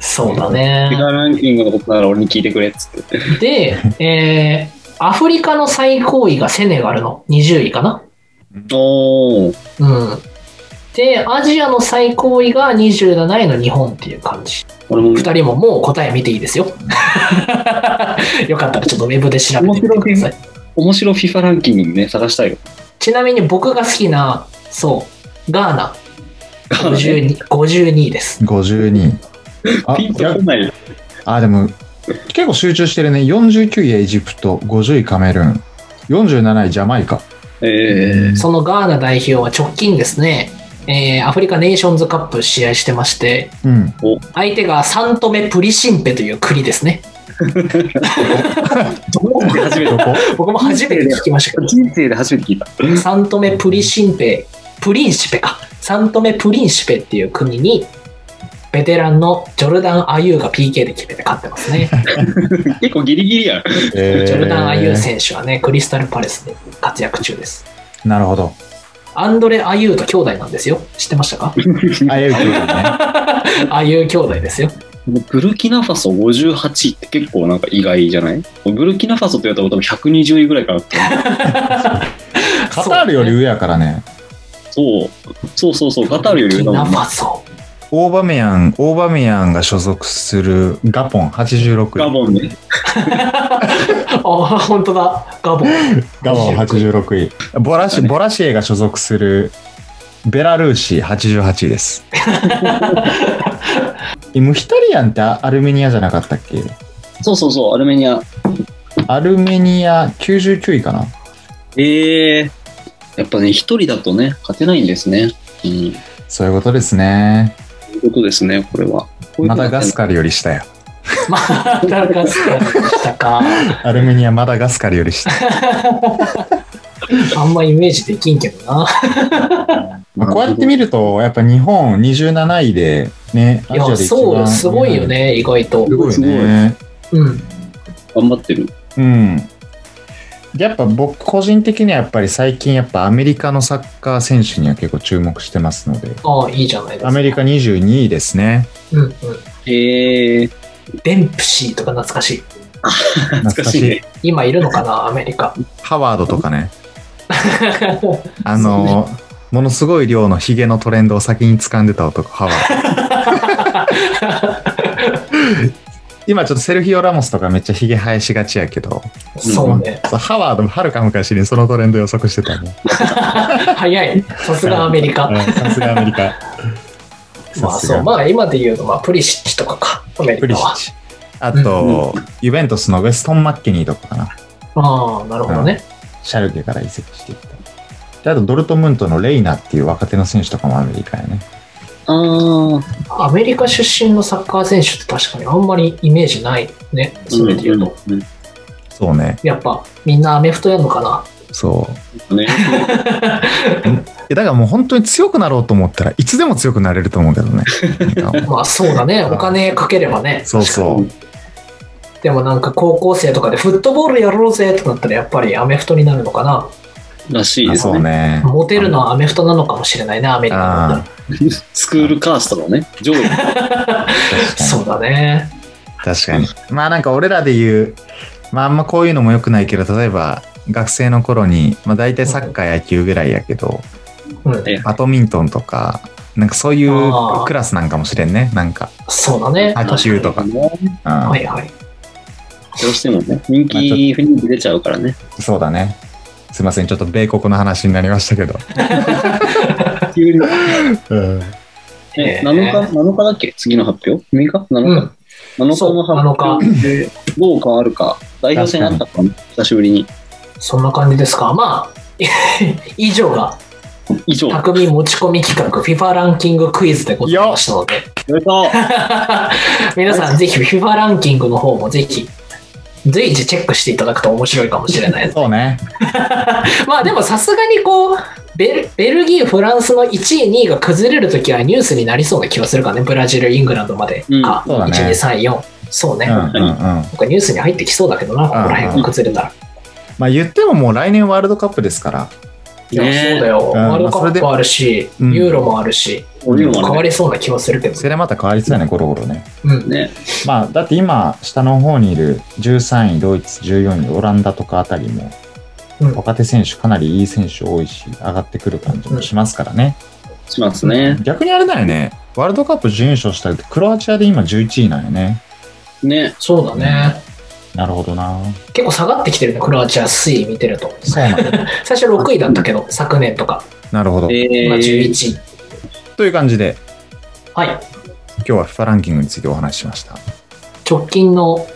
[SPEAKER 3] そうだ
[SPEAKER 2] 世
[SPEAKER 3] ね。
[SPEAKER 2] 界ランキングのことなら俺に聞いてくれっつって。
[SPEAKER 3] で、えー、アフリカの最高位がセネガルの20位かな。
[SPEAKER 2] おお。
[SPEAKER 3] うん。で、アジアの最高位が27位の日本っていう感じ。
[SPEAKER 2] 俺も
[SPEAKER 3] 2人ももう答え見ていい *laughs* ですよ。よかったらちょっとウェブで調べてみてください。
[SPEAKER 2] 面白い FIFA ランキングね、探したいよ。
[SPEAKER 3] ちなみに僕が好きな、そう、ガーナ52、52位です。
[SPEAKER 1] 52あ
[SPEAKER 2] *laughs* ピン
[SPEAKER 1] い
[SPEAKER 2] と
[SPEAKER 1] や
[SPEAKER 2] こないよ。
[SPEAKER 1] あでも結構集中してるね49位エジプト50位カメルーン47位ジャマイカ
[SPEAKER 2] ええ
[SPEAKER 3] そのガーナ代表は直近ですね、えーアフリカネーションズカップ試合してまして、
[SPEAKER 1] うん
[SPEAKER 3] 相手がサントメ・プリシンペという国ですね。
[SPEAKER 2] で初め
[SPEAKER 1] ど
[SPEAKER 2] て。
[SPEAKER 1] こ
[SPEAKER 3] 僕も初めて聞きましたけど。
[SPEAKER 2] 人生で初めて聞いた。
[SPEAKER 3] サントメ・プリシンペ、プリンシペか。サントメ・プリンシペっていう国に、ベテランのジョルダン・アユーが PK で決めて勝ってますね。
[SPEAKER 2] 結構ギリギリやん。
[SPEAKER 1] えー
[SPEAKER 3] ジョルダン・アユー選手はね、クリスタル・パレスで活躍中です。
[SPEAKER 1] なるほど
[SPEAKER 3] アンドレ・アユーと兄弟なんですよ。知ってましたか
[SPEAKER 1] あえう *laughs* ね
[SPEAKER 3] アユー兄弟ですよ。
[SPEAKER 2] ブルキナファソ58位って結構なんか意外じゃないブルキナファソって言われたら多分120位ぐらいかなって。
[SPEAKER 1] カタールより上やからね
[SPEAKER 2] そう。そうそうそう、カタールより
[SPEAKER 3] 上
[SPEAKER 2] 上だ
[SPEAKER 3] ナ
[SPEAKER 2] もん
[SPEAKER 3] フ
[SPEAKER 2] ね。
[SPEAKER 3] ァソ。
[SPEAKER 1] オーバメヤン、オーバメヤンが所属するガポン86。
[SPEAKER 2] ガボンね。
[SPEAKER 3] あ、本当だ。ガボン。
[SPEAKER 1] ガボン86位。ボラシ、ボラシエが所属するベラルーシ88位です。 *laughs* えムヒタリアンってアアルメニアじゃなかったっけ
[SPEAKER 2] そうそうそう、アルメニア。
[SPEAKER 1] アルメニア99位かな
[SPEAKER 2] ええやっぱね、一人だとね、勝てないんですね。うん。
[SPEAKER 1] そういうことですね。
[SPEAKER 2] ということですね、これは。
[SPEAKER 1] マダガスカルより下や。
[SPEAKER 3] まあ、ダガスカルでしたか。
[SPEAKER 1] アルメニアマダガスカルより下。
[SPEAKER 3] あんまイメージできんけどな。
[SPEAKER 1] まあ、こうやって見ると、やっぱ日本27位で、ね、ア
[SPEAKER 3] い
[SPEAKER 1] ジアで
[SPEAKER 3] や、
[SPEAKER 1] 一番
[SPEAKER 3] そう、すごいよ。ね、意外と
[SPEAKER 1] す。ごい
[SPEAKER 2] すごい
[SPEAKER 1] ね。
[SPEAKER 3] うん。
[SPEAKER 2] 頑張ってる。
[SPEAKER 1] うん。でやっぱ僕個人的にはやっぱり最近やっぱアメリカのサッカー選手には結構注目してますので、
[SPEAKER 3] ああ、いいじゃないですか。
[SPEAKER 1] アメリカ22位ですね。
[SPEAKER 3] うんうん。
[SPEAKER 2] ええ
[SPEAKER 3] デンプシーとか懐かしい。
[SPEAKER 1] 懐
[SPEAKER 2] 懐かしいね。
[SPEAKER 3] 今いるのかな、アメリカ。
[SPEAKER 1] *laughs* ハワードとかね。あの、ものすごい量のヒゲのトレンドを先に掴んでた男、ハワード。
[SPEAKER 3] *laughs*
[SPEAKER 1] 今ちょっとセルフィオ・ラモスとかめっちゃヒゲ生えしがちやけど、
[SPEAKER 3] そうね。
[SPEAKER 1] そうハワードもはるか昔にそのトレンド予測してたね。
[SPEAKER 3] 早い。さすがアメリカ。
[SPEAKER 1] うんさすがアメリカ。
[SPEAKER 3] *laughs* まあ
[SPEAKER 1] さすが
[SPEAKER 3] そう、まあ今で言うと、まあプリシッチとかか、アメ
[SPEAKER 1] プ
[SPEAKER 3] リカ
[SPEAKER 1] リシッ
[SPEAKER 3] は。
[SPEAKER 1] チ。あと、ユベントスのウェストン・マッケニーとかかな。
[SPEAKER 3] ああ、なるほどね。
[SPEAKER 1] シャルケから移籍してきた。であと、ドルトムントのレイナっていう若手の選手とかもアメリカやね。
[SPEAKER 2] ああ、
[SPEAKER 3] アメリカ出身のサッカー選手って確かにあんまりイメージないね。それで言うと。
[SPEAKER 2] うん。うん
[SPEAKER 1] そうね。
[SPEAKER 3] やっぱみんなアメフトやるのかな。
[SPEAKER 1] そう。
[SPEAKER 2] うんね、
[SPEAKER 1] いやだからもう本当に強くなろうと思ったらいつでも強くなれると思うけど
[SPEAKER 3] *laughs*
[SPEAKER 1] ね。なんか
[SPEAKER 3] まあそうだね。
[SPEAKER 1] うん
[SPEAKER 3] お金かければね。
[SPEAKER 1] そうそう。
[SPEAKER 3] でもなんか高校生とかでフットボールやろうぜってなったらやっぱりアメフトになるのかな。
[SPEAKER 2] らしい
[SPEAKER 1] あ
[SPEAKER 2] です
[SPEAKER 1] そう
[SPEAKER 2] ね。
[SPEAKER 1] ね。
[SPEAKER 3] モテるのはアメフトなのかもしれないね、アメリカだっ
[SPEAKER 1] あ
[SPEAKER 2] スクールカーストのね、上位。
[SPEAKER 3] たら。そうだね。
[SPEAKER 1] あ、確かに。まあなんか俺らで言う、まああんまこういうのも良くないけど、例えば学生の頃に、まあ大体サッカー野球ぐらいやけど、
[SPEAKER 3] うん。
[SPEAKER 2] え
[SPEAKER 1] バドミントンとか、なんかそういう
[SPEAKER 3] あー
[SPEAKER 1] クラスなんかもしれんね。なんか、
[SPEAKER 3] そうだね。
[SPEAKER 1] 卓球とか。うん
[SPEAKER 2] ど
[SPEAKER 3] はいはい。
[SPEAKER 2] うしてもね、人気不人気出ちゃうからね。
[SPEAKER 1] そうだね。すいません、ちょっと米国の話になりましたけど。
[SPEAKER 2] 急に。
[SPEAKER 1] うん
[SPEAKER 2] ね
[SPEAKER 3] えー
[SPEAKER 2] 7日、7日だっけ次の発表 ?6 日 ?7 日、
[SPEAKER 3] うん。
[SPEAKER 2] 7日
[SPEAKER 3] そう、
[SPEAKER 2] の発
[SPEAKER 3] 7日。
[SPEAKER 2] 表でどう変わるか、代表戦あったかな久しぶりに。
[SPEAKER 3] そんな感じですか。まあ、 *laughs* 以上が、
[SPEAKER 2] 以上。よ
[SPEAKER 3] 匠持ち込み企画、FIFA ランキングクイズでございましたので、
[SPEAKER 2] いしょ
[SPEAKER 3] 皆さんぜひ FIFA ランキングの方もぜひ、随時チェックしていただくと面白いかもしれないです。
[SPEAKER 1] *laughs* そうね。
[SPEAKER 3] まあでもさすがにこう、ベルベルギー、フランスの1位、2位が崩れるときはニュースになりそうな気がするからね、ブラジル、イングランドまで
[SPEAKER 2] うん
[SPEAKER 3] か、
[SPEAKER 1] そうだ
[SPEAKER 3] 1、
[SPEAKER 1] ね
[SPEAKER 3] 2、3、4、そうね、
[SPEAKER 1] うんう
[SPEAKER 3] なん
[SPEAKER 1] ん *laughs* うん。
[SPEAKER 3] かニュースに入ってきそうだけどな、ここら辺が崩れたら。
[SPEAKER 1] まあ言ってももう来年ワールドカップですから。
[SPEAKER 3] いやそうだよ、
[SPEAKER 1] うん
[SPEAKER 3] ワールドカップもあるし、
[SPEAKER 1] うん
[SPEAKER 3] ユーロもあるし、
[SPEAKER 2] 俺にも
[SPEAKER 3] 変
[SPEAKER 2] あ
[SPEAKER 3] わ
[SPEAKER 2] れ
[SPEAKER 3] りそうな気はするけど、
[SPEAKER 1] それまた変わりそうやね、ゴロゴロね。
[SPEAKER 3] うん、
[SPEAKER 2] ね。ね。
[SPEAKER 1] まあ、だって今、下の方にいる13位、ドイツ、14位、オランダとかあたりも、
[SPEAKER 3] うん
[SPEAKER 1] 若手選手、かなりいい選手多いし、上がってくる感じもしますからね。
[SPEAKER 2] しますね。
[SPEAKER 1] 逆にあれだよね、ワールドカップ準優勝したり、クロアチアで今11位なんよね。
[SPEAKER 2] ね。
[SPEAKER 3] そうだね、
[SPEAKER 1] なるほどな。
[SPEAKER 3] 結構下がってきてるね、クロアチア、推移見てると。
[SPEAKER 1] そうなん
[SPEAKER 2] *laughs*
[SPEAKER 1] だ。
[SPEAKER 3] 最初6位だったけど、昨年とか、
[SPEAKER 1] なるほど。
[SPEAKER 2] え
[SPEAKER 3] 今11
[SPEAKER 2] ー、
[SPEAKER 3] 位。
[SPEAKER 1] という感じで、
[SPEAKER 3] はい、
[SPEAKER 1] 今日は FIFA ランキングについてお話ししました。
[SPEAKER 3] 直近の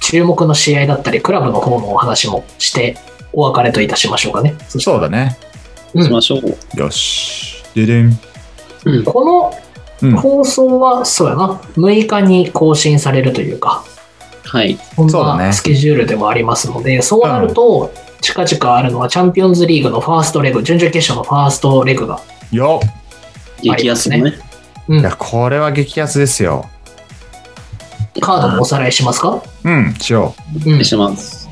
[SPEAKER 3] 注目の試合だったり、クラブの方のお話もして、お別れといたしましょうかね。
[SPEAKER 1] そうだね。
[SPEAKER 3] うん
[SPEAKER 2] しましょう。
[SPEAKER 1] よし。ででん。
[SPEAKER 2] うん
[SPEAKER 3] こ
[SPEAKER 1] うん
[SPEAKER 3] の放送は、そうやな、6日に更新されるというか、
[SPEAKER 2] はい。
[SPEAKER 3] そん
[SPEAKER 1] そうだね
[SPEAKER 3] なスケジュールではありますので、そうなると、近々あるのは、チャンピオンズリーグのファーストレグ、準々決勝のファーストレグが、
[SPEAKER 1] よっ
[SPEAKER 2] 激安もね。
[SPEAKER 3] うん
[SPEAKER 1] いや、これは激アツですよ。
[SPEAKER 3] カードのおさらいしますか、
[SPEAKER 1] うん、しよ
[SPEAKER 3] うん
[SPEAKER 2] します。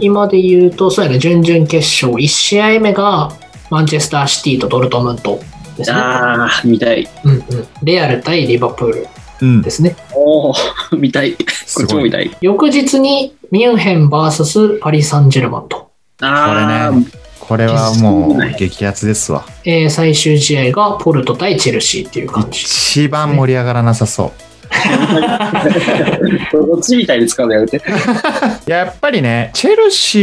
[SPEAKER 3] 今で言うと、そうやね、準々決勝、1試合目が、マンチェスターシティとドルトムントですね。
[SPEAKER 2] ああ、見たい。
[SPEAKER 3] うんうん、レアル対リバプール
[SPEAKER 1] う。うん
[SPEAKER 3] で。すね。
[SPEAKER 2] おお、 *laughs* 見たい。こ
[SPEAKER 1] す
[SPEAKER 2] っちも
[SPEAKER 1] ご
[SPEAKER 2] 見
[SPEAKER 1] い。
[SPEAKER 2] たい。
[SPEAKER 3] 翌日にミュンヘン VS パリ・サンジェルマンと。
[SPEAKER 2] ああ、
[SPEAKER 1] これねこれはもう激アツですわ。
[SPEAKER 3] えー最終試合がポルト対チェルシーっていう感じ。
[SPEAKER 1] 一番盛り上がらなさそう。
[SPEAKER 2] どっちみたいに使うのやめて。
[SPEAKER 1] やっぱりね、チェルシ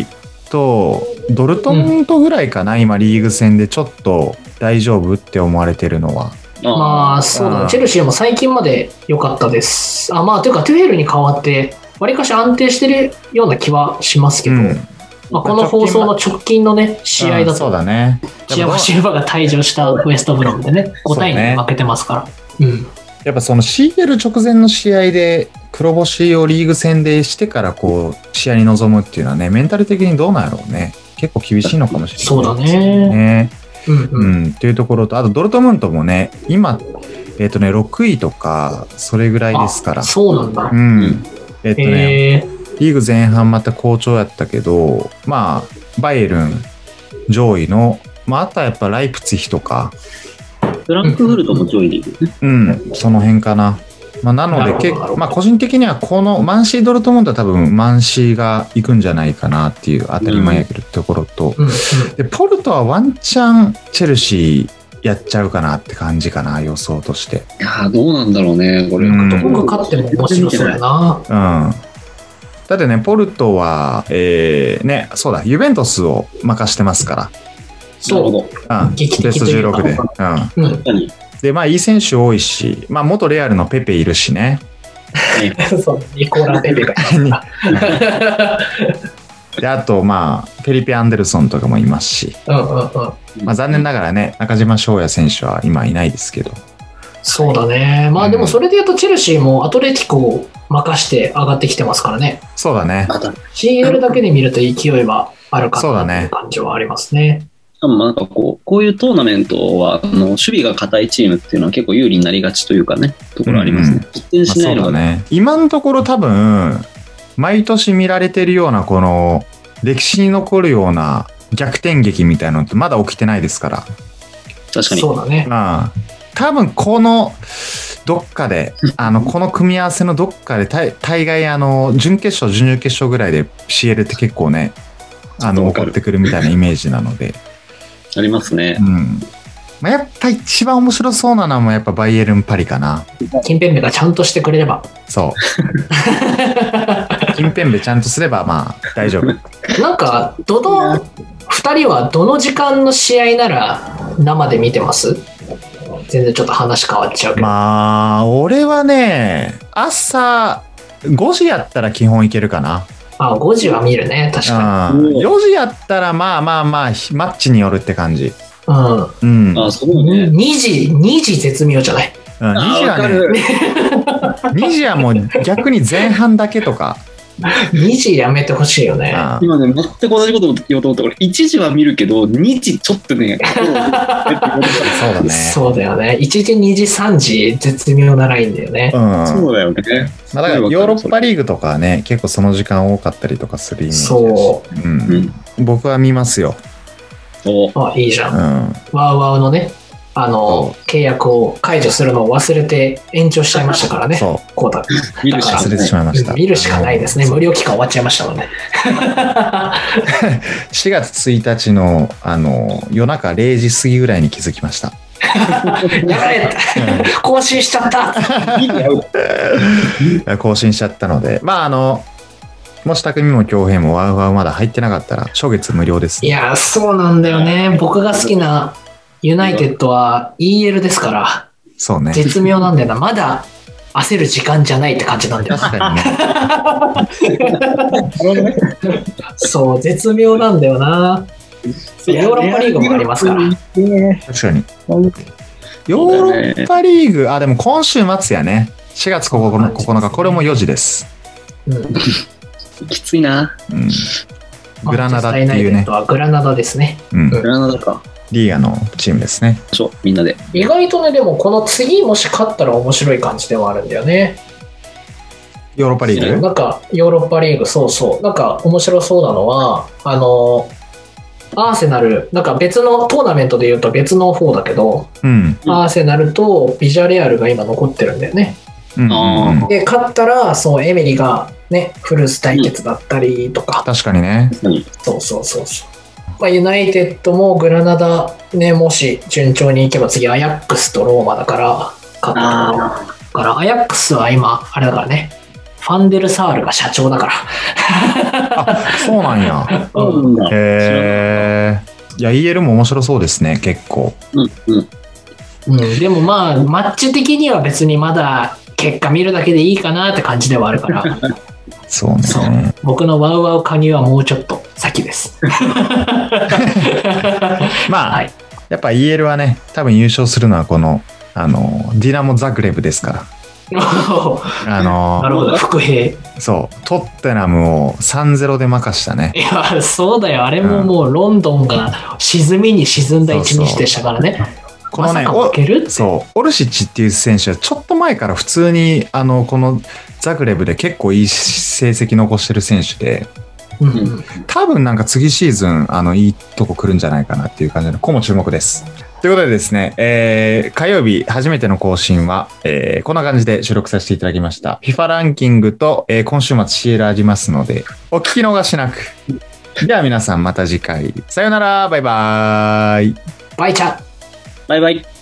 [SPEAKER 1] ーとドルトムントぐらいかな、今リーグ戦でちょっと大丈夫って思われてるのは。
[SPEAKER 3] まあ、そうだ
[SPEAKER 1] あー
[SPEAKER 3] ね。チェルシーも最近まで良かったです。あ、まあ、というか、トゥエルに変わって、わりかし安定してるような気はしますけど、
[SPEAKER 1] うん
[SPEAKER 3] まあ、この放送の直近のね、試合
[SPEAKER 1] う
[SPEAKER 3] だ
[SPEAKER 1] んそ
[SPEAKER 3] と
[SPEAKER 1] う、だね。
[SPEAKER 3] チアゴ・シルバが退場したウエストブロムでね、5対2で負けてますから。うん。
[SPEAKER 1] やっぱその CL 直前の試合で黒星をリーグ戦でしてからこう試合に臨むっていうのはねメンタル的にどうなんやろうね結構厳しいのかもしれない
[SPEAKER 3] そうだね。
[SPEAKER 1] ね
[SPEAKER 3] うん
[SPEAKER 1] う
[SPEAKER 3] うん。
[SPEAKER 1] ん、っていうところとあとドルトムントもね今えっ、とね6位とかそれぐらいですから
[SPEAKER 3] あそうなんだ
[SPEAKER 1] う。んえっ、とね、
[SPEAKER 3] えー
[SPEAKER 1] リーグ前半また好調やったけどまあバイエルン上位のまああとはやっぱライプツィヒとか
[SPEAKER 2] フランクフルトも上位にいるね。
[SPEAKER 1] うん、その辺かな。まあ、なの
[SPEAKER 3] なる
[SPEAKER 1] で
[SPEAKER 3] ほ
[SPEAKER 1] 結
[SPEAKER 3] どなるほ
[SPEAKER 1] 構、
[SPEAKER 3] ど
[SPEAKER 1] まあ、個人的にはこのマンシー・ドルトムントは多分マンシーが行くんじゃないかなっていう当たり前やけどところと、
[SPEAKER 3] うんうん
[SPEAKER 1] でポルトはワンチャンチェルシーやっちゃうかなって感じかな予想として、
[SPEAKER 2] いやーどうなんだろうね、これ。
[SPEAKER 1] うん
[SPEAKER 3] 僕勝っても面白そうやな。
[SPEAKER 1] うん、だってねポルトは、えーねそうだユベントスを任してますか
[SPEAKER 2] なるほ
[SPEAKER 3] そ
[SPEAKER 2] ど。
[SPEAKER 1] ら、うん、ベ
[SPEAKER 3] 劇的
[SPEAKER 1] スト
[SPEAKER 3] という
[SPEAKER 1] 16
[SPEAKER 3] か
[SPEAKER 1] で、うん、
[SPEAKER 3] う。うん。
[SPEAKER 2] 何
[SPEAKER 1] でまあいい選手多いし、まあ、元レアルのペペいるしね
[SPEAKER 3] そう、ニコラ・ペペ *laughs* が。
[SPEAKER 1] であとまあフェリペ・アンデルソンとかもいますし
[SPEAKER 3] うんうんうん。
[SPEAKER 1] まあ、残念ながらね、中島翔也選手は今いないですけど、
[SPEAKER 3] そうだね。まあでもそれで言うとチェルシーもアトレティコを任して上がってきてますからね。
[SPEAKER 1] そうだね、
[SPEAKER 2] あだ
[SPEAKER 3] CL だけで見ると勢いはあるか
[SPEAKER 1] そうだ
[SPEAKER 3] なと
[SPEAKER 1] ね
[SPEAKER 3] いう感じはありますね。
[SPEAKER 2] しかもなんかこう、こういうトーナメントは、あの守備が硬いチームっていうのは結構有利になりがちというかね、ところあります
[SPEAKER 1] うん
[SPEAKER 2] ね。失点
[SPEAKER 1] まあ
[SPEAKER 2] しな
[SPEAKER 1] そ
[SPEAKER 2] いうの
[SPEAKER 1] だ
[SPEAKER 2] が
[SPEAKER 1] ね。今のところ多分、毎年見られてるような、この、歴史に残るような逆転劇みたいなのってまだ起きてないですから、
[SPEAKER 2] 確かに。
[SPEAKER 3] そうだね。
[SPEAKER 1] まあ、多分この、どっかで、あの、この組み合わせのどっかで、大大概、あの、準決勝、準々決勝ぐらいで CL って結構ね、あの、
[SPEAKER 2] わ
[SPEAKER 1] 起
[SPEAKER 2] か
[SPEAKER 1] こ
[SPEAKER 2] る
[SPEAKER 1] ってくるみたいなイメージなので、
[SPEAKER 2] *laughs* ありますね
[SPEAKER 1] う。ん。まあ、やっぱ一番面白そうなのはやっぱバイエルンパリかな。
[SPEAKER 3] キンペンベがちゃんとしてくれれば。
[SPEAKER 1] そう。近辺でちゃんとすればまあ大丈夫。
[SPEAKER 2] *laughs*
[SPEAKER 3] なんか、どの、2人はどの時間の試合なら生で見てます全然ちょっと話変わっちゃうけど。
[SPEAKER 1] まあ、俺はね、朝5時やったら基本いけるかな。
[SPEAKER 3] あ、5時は見るね、確か
[SPEAKER 1] うん
[SPEAKER 2] おう
[SPEAKER 1] 4時やったらまあまあまあ、ひマッチによるって感じ。
[SPEAKER 3] に。うん。
[SPEAKER 1] うん。
[SPEAKER 2] あ、そうね。
[SPEAKER 3] 2時、2時絶妙じゃない。
[SPEAKER 1] うん、2
[SPEAKER 2] あ
[SPEAKER 1] 時
[SPEAKER 2] わ
[SPEAKER 1] はね、
[SPEAKER 2] かる。
[SPEAKER 1] 2時はもう逆に前半だけとか。
[SPEAKER 3] 2時やめてほしいよね。
[SPEAKER 1] うん
[SPEAKER 2] 今ね、全く同じこと言おうと思った俺、1時は見るけど、2時ちょっ
[SPEAKER 1] *laughs*
[SPEAKER 2] とね、心を
[SPEAKER 1] そうだね。
[SPEAKER 3] そうだよね。1時、2時、3時、絶妙なラインだよね。
[SPEAKER 1] うん。ま
[SPEAKER 2] そうだよね。
[SPEAKER 1] あ、だからヨーロッパリーグとかはね、結構その時間多かったりとかするイメージだし、
[SPEAKER 3] そう
[SPEAKER 2] うんん。
[SPEAKER 1] 僕は見ますよ。
[SPEAKER 2] そう
[SPEAKER 3] う。あ、いいじゃ。
[SPEAKER 1] うんん。
[SPEAKER 3] ワウワウのね、あの、契約を解除するのを忘れて延長しちゃいましたからね。
[SPEAKER 1] そう。
[SPEAKER 3] こうだ。
[SPEAKER 2] 見るしか
[SPEAKER 1] 忘れてし
[SPEAKER 2] ない。
[SPEAKER 1] まいました。
[SPEAKER 3] 見るしかないですね。
[SPEAKER 1] あの
[SPEAKER 3] 無料期間終わっちゃいましたので。
[SPEAKER 1] 4月1日の、あの、夜中0時過ぎぐらいに気づきました。
[SPEAKER 3] やばい更新しちゃった
[SPEAKER 2] *laughs* 見る
[SPEAKER 1] *laughs*
[SPEAKER 2] よ
[SPEAKER 1] うん *laughs* 更新しちゃったので、まあ、あの、もし匠も京平もワウワウまだ入ってなかったら、初月無料です
[SPEAKER 3] い。やー、そうなんだよね。僕が好きなユナイテッドは EL ですから、
[SPEAKER 1] そうね。
[SPEAKER 3] 絶妙なんだよな。まだ焦る時間じゃないって感じなんだよな。
[SPEAKER 1] 確かにね。
[SPEAKER 3] そう、絶妙なんだよな。そうヨーロッパリーグもありますから。
[SPEAKER 1] 確かに。ヨーロッパリーグ、あ、でも今週末やね。4月9日、9日これも4時です。
[SPEAKER 3] うん
[SPEAKER 2] きついな。
[SPEAKER 1] うん。グラナダって
[SPEAKER 3] マン
[SPEAKER 1] い
[SPEAKER 3] チェスターユ
[SPEAKER 1] う
[SPEAKER 3] ナ
[SPEAKER 1] ね
[SPEAKER 3] イテッド、はグラナダですね。
[SPEAKER 1] うん、
[SPEAKER 2] グラナダか。
[SPEAKER 1] リーガのチームですね。
[SPEAKER 2] そう、みんなで。
[SPEAKER 3] 意外とね、でもこの次もし勝ったら面白い感じではあるんだよね。
[SPEAKER 1] ヨーロッパリーグ
[SPEAKER 3] なんかヨーロッパリーグ、そうそう。なんか面白そうなのは、あの、アーセナル、なんか別のトーナメントで言うと別の方だけど、
[SPEAKER 1] うん。
[SPEAKER 2] うん
[SPEAKER 3] アーセナルとビジャレアルが今残ってるんだよね。
[SPEAKER 1] うんうんうん
[SPEAKER 2] あ
[SPEAKER 3] で、勝ったら、そう、エメリがね、フルース対決だったりとか、
[SPEAKER 1] 確かにね。
[SPEAKER 2] 何
[SPEAKER 3] そうそうそうそう。まあ、ユナイテッドもグラナダね、もし順調にいけば次、アヤックスとローマだから、勝ったところ
[SPEAKER 2] あ
[SPEAKER 3] だから、アヤックスは今、あれだからね、ファンデルサールが社長だか
[SPEAKER 1] そうなんや。
[SPEAKER 3] *laughs*
[SPEAKER 2] あ、そうなんだ。
[SPEAKER 1] へえ。いや、EL も面白そうですね、結構。
[SPEAKER 2] うんうん。
[SPEAKER 3] ら、うん、でもまあ、マッチ的には別にまだ結果見るだけでいいかなって感じではあ
[SPEAKER 2] *laughs*
[SPEAKER 3] るから、
[SPEAKER 1] そう
[SPEAKER 3] そう
[SPEAKER 1] ね。
[SPEAKER 3] 僕のワウワウ加入はもうちょっと先
[SPEAKER 2] *laughs*
[SPEAKER 3] です。
[SPEAKER 1] まあ、
[SPEAKER 3] はい
[SPEAKER 1] やっぱ EL はね、多分優勝するのはこの、あの、ディナモ・ザグレブですか
[SPEAKER 3] な
[SPEAKER 1] ら。あの、
[SPEAKER 3] るほど、伏兵。
[SPEAKER 1] そう、トッテナムを3-0で任したね。
[SPEAKER 3] いや、そうだよ。あれももうロンドンが沈みに沈んだ一日でしたからね。
[SPEAKER 1] この
[SPEAKER 3] ま
[SPEAKER 1] ね、
[SPEAKER 3] さか負
[SPEAKER 1] お
[SPEAKER 3] ける
[SPEAKER 1] そう、オルシッチっていう選手はちょっと前から普通に、あの、このザグレブで結構いい成績残してる選手で、
[SPEAKER 3] うん
[SPEAKER 2] う
[SPEAKER 3] うん
[SPEAKER 2] ん。
[SPEAKER 1] 多分なんか次シーズン、あの、いいとこ来るんじゃないかなっていう感じの、ここも注目です。ということでですね、えー、火曜日初めての更新は、えー、こんな感じで収録させていただきました。FIFA ランキングと、えー、今週末 CL ありますので、お聞き逃しなく。では皆さんまた次回。さようなら、バイバーイ。
[SPEAKER 3] バイチャ
[SPEAKER 2] バイバイ。